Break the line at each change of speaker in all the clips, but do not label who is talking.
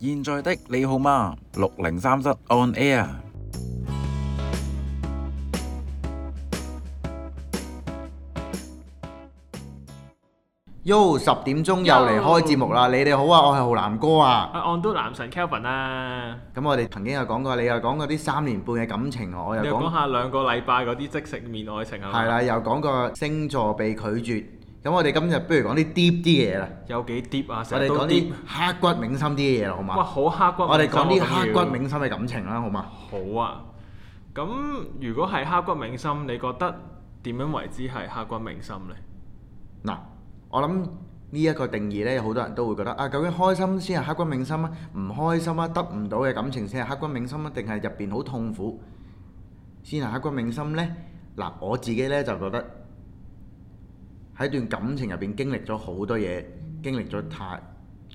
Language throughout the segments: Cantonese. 現在的你好嗎？六零三室 on air。
Yo，十點鐘又嚟開節目啦！你哋好啊，我係浩南哥啊。
啊，按都男神 Kelvin 啦，
咁我哋曾經有講過，你又講過啲三年半嘅感情，我又
你又講
講
下兩個禮拜嗰啲即食面愛情係嘛
係啦，又講過星座被拒絕。咁我哋今日不如講啲 deep 啲嘢啦，
有幾 deep 啊？
我
成
哋
日都
講
deep
啲刻骨銘心啲嘅嘢啦，好
哇，
嘛？
好刻骨。啊
我哋講啲刻骨
銘
銘心嘅感情啦，好嘛？
心。好啊，咁如果係刻骨銘心，你覺得點樣為之係刻骨銘心呢？
嗱，我諗呢一個定義呢，有好多人都會覺得啊，究竟開心先係刻骨銘心啊，唔開心啊，得唔到嘅感情先係刻骨銘心啊，定係入邊好痛苦先係刻骨銘心呢？嗱，我自己呢，就覺得喺段感情入邊經歷咗好多嘢，經歷咗太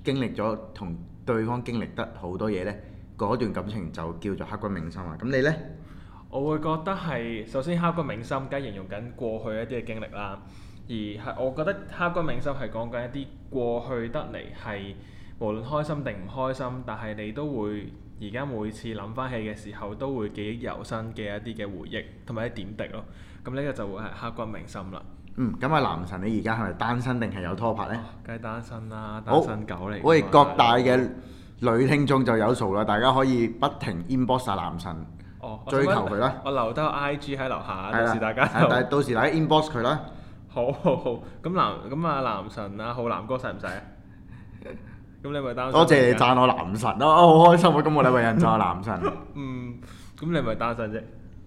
經歷咗同對方經歷得好多嘢呢，嗰段感情就叫做刻骨銘心啊。咁你呢？
我會覺得係首先刻骨銘心，梗係形容緊過去一啲嘅經歷啦。而係我覺得刻骨銘心係講緊一啲過去得嚟係無論開心定唔開心，但係你都會而家每次諗翻起嘅時候都會記憶猶新嘅一啲嘅回憶同埋一啲點滴咯。咁呢個就會係刻骨銘心啦。哦
嗯，咁啊，男神你而家係咪單身定係有拖拍呢？
梗係單身啦，
哎好
單身狗嚟㗎嘛。
喂，各大嘅女聽眾就有數啦，大家可以不停 inbox 晒男神，
哦
追求佢啦。
我留低個 I G 喺樓
係
下，啊到時大家
係
就
但係到時大家 inbox 佢啦。
好好好，咁男咁啊男神啊，浩南哥使唔使啊？咁你咪單身
多謝
啫
你讚我男神咯，啊好開心啊！今個禮拜有人讚我男神，
嗯，咁你咪單身啫。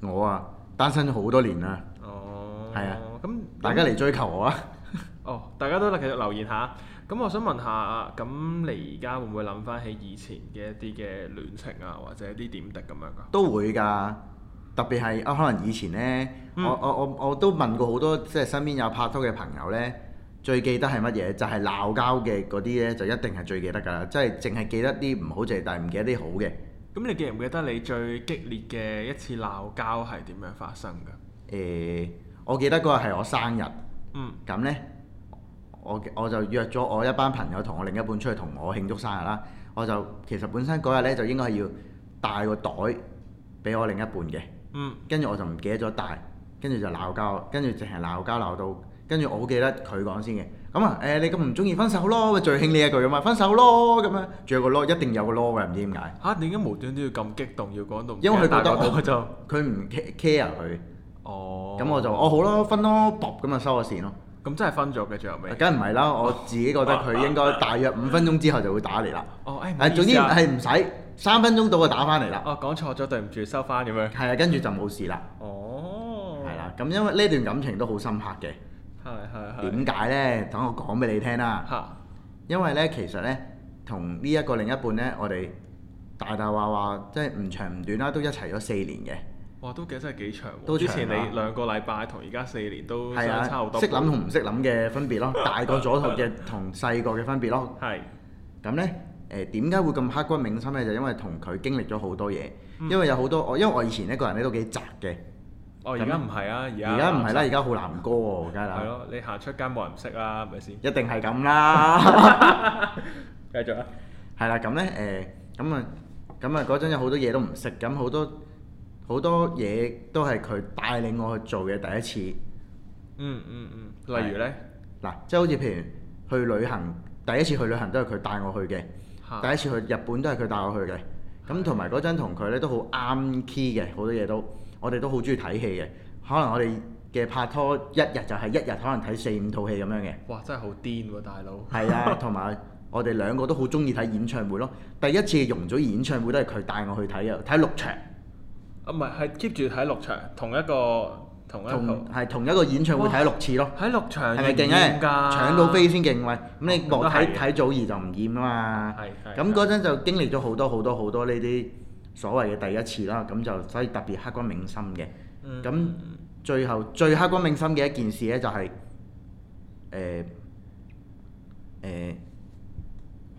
我啊單身好多年啦，
哦。
係啊。
咁
大家嚟追求我啊！
哦，大家都繼續留言下。咁我想問下，咁你而家會唔會諗翻起以前嘅一啲嘅戀情啊，或者一啲點滴咁樣噶？
都會㗎，特別係啊，可能以前呢，
嗯
我我我我都問過好多即係身邊有拍拖嘅朋友呢，最記得係乜嘢？就係鬧交嘅嗰啲呢，就一定係最記得㗎啦，即係淨係記得啲唔好嘅，但係唔記得啲好嘅。
咁你記唔記得你最激烈嘅一次鬧交係點樣發生㗎？
誒、我記得嗰日係我生日，
嗯，
咁呢，我我就約咗我一班朋友同我另一半出去同我慶祝生日啦。我就其實本身嗰日呢，就應該係要帶個袋俾我另一半嘅，
嗯，
跟住我就唔記得咗帶，跟住就鬧交，跟住淨係鬧交鬧到，跟住我好記得佢講先嘅。咁啊誒、你咁唔中意分手咯，咪最興呢一句啊嘛，分手咯咁樣，仲有個咯，一定有個咯嘅，唔知點解，
嚇點解無端端要咁激動要講到唔記
因為佢覺
大
得
個
我
袋就
佢唔 care care 佢，
哦，
咁我就哦好咯，分咯，卜咁啊收咗線咯。
咁真係分咗嘅最後尾。
梗唔係啦，我自己覺得佢應該大約五分鐘之後就會打嚟啦。
哦，誒唔好
誒，總之
意思啊
係唔使三分鐘到就打翻嚟啦。
哦，講錯咗，對唔住，收翻咁樣。
係啊，跟住就冇事啦。
哦，
係啦，咁因為呢段感情都好深刻嘅。
係，係係
點解呢？等我講俾你聽啦。
嚇，
因為呢，其實呢，同呢一個另一半呢，我哋大大話話，即係唔長唔短啦，都一齊咗四年嘅。
哇，都幾真係幾長喎。
都
之
長啊
前你兩個禮拜同而家四年都相
係啊
差好，多。
識諗同唔識諗嘅分別咯，大個咗同嘅同細個嘅分別咯。
係
咁呢，誒點解會咁刻骨銘心呢？就因為同佢經歷咗好多嘢，
嗯
因為有好多我，因為我以前呢個人呢都幾宅嘅，
哦，而家唔係啊，而家
而家唔係啦，而家好男哥喎，梗係
係
啦，
咯，你行出街冇人唔識啦，係咪先？
一定係咁 啦，
繼續啊，
係啦，咁呢，誒，咁啊，咁啊嗰陣有好多嘢都唔識，咁好多好多嘢都係佢帶領我去做嘅第一次，
嗯嗯嗯，例如咧，
嗱，即係好似譬如去旅行，第一次去旅行都係佢帶我去嘅。
嚇
第一次去日本都係佢帶我去嘅，咁同埋嗰陣同佢咧都好啱 key 嘅，好多嘢都，我哋都好中意睇戲嘅。可能我哋嘅拍拖一日就係一日，可能睇四五套戲咁樣嘅。
哇，真係好癲喎，大佬。
係 啊，同埋我哋兩個都好中意睇演唱會咯。第一次嘅容祖兒演唱會都係佢帶我去睇嘅，睇六場，
啊，唔係，係 keep 住睇六場，同一個同一
同
套。
係同一個演唱會睇咗六次咯。
喺六場
係咪勁
咧？
咧？搶到飛先勁喂！咁
咁
你
都
冇睇
係嘅
睇祖兒就唔厭啊嘛。
係係
咁嗰陣就經歷咗好多好多好多呢啲所謂嘅第一次啦，咁就所以特別刻骨銘心嘅。
嗯
咁最後最刻骨銘心嘅一件事咧，就係呃誒誒，呃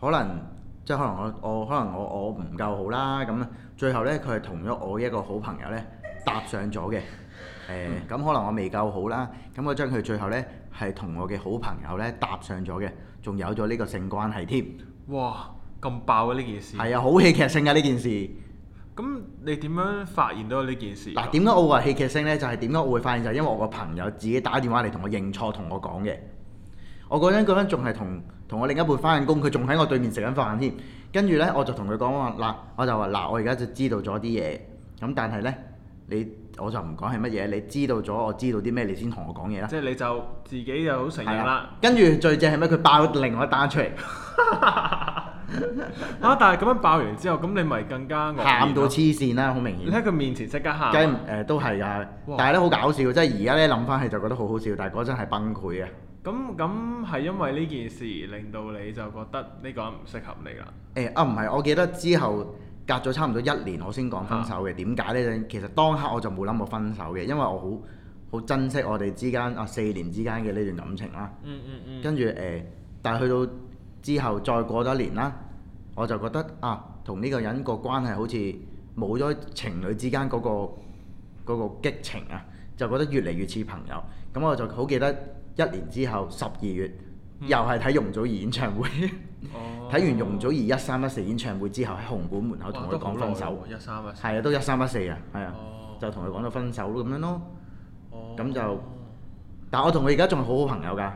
可能即係可能我我可能我我唔夠好啦，咁啊最後咧佢係同咗我一個好朋友咧搭上咗嘅。呃誒咁、
嗯
可能我未夠好啦，咁我將佢最後咧係同我嘅好朋友咧搭上咗嘅，仲有咗呢個性關係添。
哇！咁爆嘅呢件事。
係啊，好戲劇性㗎呢件事。
咁你點樣發現到呢件事？
嗱，點解我話戲劇性呢？就係點解我會發現就係因為我個朋友自己打電話嚟同我認錯，同我講嘅。我嗰陣嗰陣仲係同同我另一半翻緊工，佢仲喺我對面食緊飯添。跟住呢，我就同佢講話嗱，我就話嗱，我而家就知道咗啲嘢，咁但係呢，你我就唔講係乜嘢，你知道咗我知道啲咩，你先同我講嘢啦。
即係你就自己就好承
係
認啦。。
跟住最正係咩？佢爆另外一單出嚟，
啊！但係咁樣爆完之後，咁你咪更加愕然
喊到
咯
黐！線啦，好明
你
顯。
喺佢面前即刻喊。
梗誒、都係㗎
哇，
但係咧好搞笑，即係而家咧諗翻起就覺得好好笑，但係嗰陣係崩潰啊嘅。
咁咁係因為呢件事令到你就覺得呢個人唔適合你啦。
誒、啊唔係，我記得之後隔咗差唔多一年，我先講分手嘅。點解呢？其實當刻我就冇諗過分手嘅，因為我好好珍惜我哋之間啊四年之間嘅呢段感情啦。
嗯嗯嗯。
跟住誒，但係去到之後再過多一年啦，我就覺得啊，同呢個人個關係好似冇咗情侶之間嗰、個嗰個激情啊，就覺得越嚟越似朋友。咁我就好記得一年之後十二月，
嗯
又係睇容祖兒演唱會，睇、
哦
完容祖兒一三一四演唱會之後，喺紅館門口
哇
同佢
都好
講
耐
分手，
喎一哦三一四。
係啊，都一三一四啊，係啊，
哦
就同佢講咗分手咯咁樣咯。
哦
咁就但我同佢而家仲係好好朋友㗎。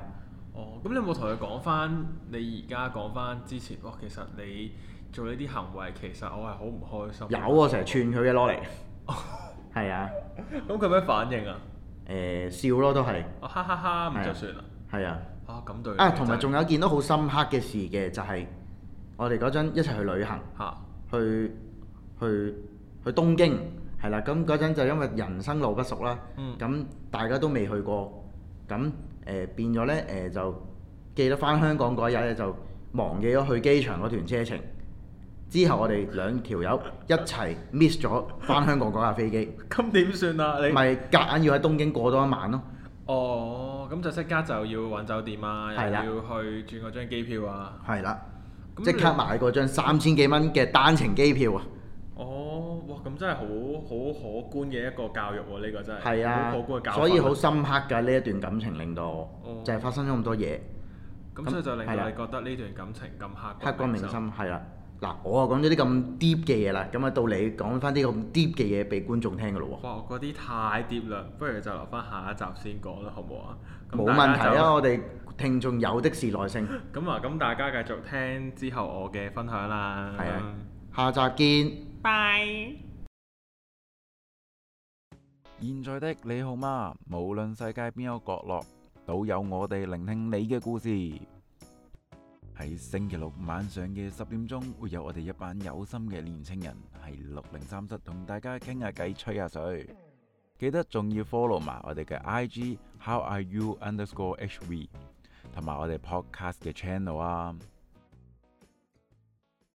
哦，咁你有冇同佢講翻？你而家講翻之前，哇！其實你做呢啲行為，其實我係好唔開心。
有我成日串佢嘅攞嚟，係啊，
咁佢咩反應啊？
誒、笑咯都係，
我哈哈哈
係
咁
啊
就算啦。
係啊，
啊，咁對你
啊
真係
同埋仲有一件都好深刻嘅事嘅就係、我哋嗰陣一齊去旅行，
嚇
去去去東京，係啦，咁嗰陣就因為人生路不熟啦，
嗯
咁、大家都未去過，咁誒、變咗呢，誒、就記得翻香港嗰日咧就忘記咗去機場嗰段車程，之後我哋兩條友一齊 miss 咗翻香港嗰架飛機。
咁點算啊？你
咪夾硬要喺東京過多一晚咯。
哦，咁就即刻就要揾酒店啊，又
係啦
要去轉嗰張機票啊。
係啦，
咁
即刻
你
買嗰張三千幾蚊嘅單程機票啊！
哦，哇！咁真係好好可觀嘅一個教育喎，呢個真係
係啊
好可觀嘅教，訓。
所以好深刻㗎呢一段感情令到我
哦，
就係發生咗咁多嘢，
咁，所以就令
係
到
啦
你覺得呢段感情咁刻
刻骨銘心係啦。嗱，我啊講咗啲咁 deep 嘅嘢啦，咁啊到你講翻啲咁 deep 嘅嘢俾觀眾聽㗎咯
哇！嗰啲太疊啦，不如就留翻下一集先講啦，好唔好啊？
喎。
咁
冇
大
問
家
題
就
啊，我哋聽眾有的是耐性。
咁啊，咁大家繼續聽之後我嘅分享啦。
係啊，下集見。
現在的你好嗎？無論世界邊個角落，都有我哋聆聽你嘅故事。喺星期六晚上嘅十點鐘，會有我哋一班有心嘅年青人喺六零三室同大家傾下偈、吹下水。記得仲要 follow 埋我哋嘅 IG How Are You Underscore HV，同埋我哋 Podcast 嘅 channel 啊！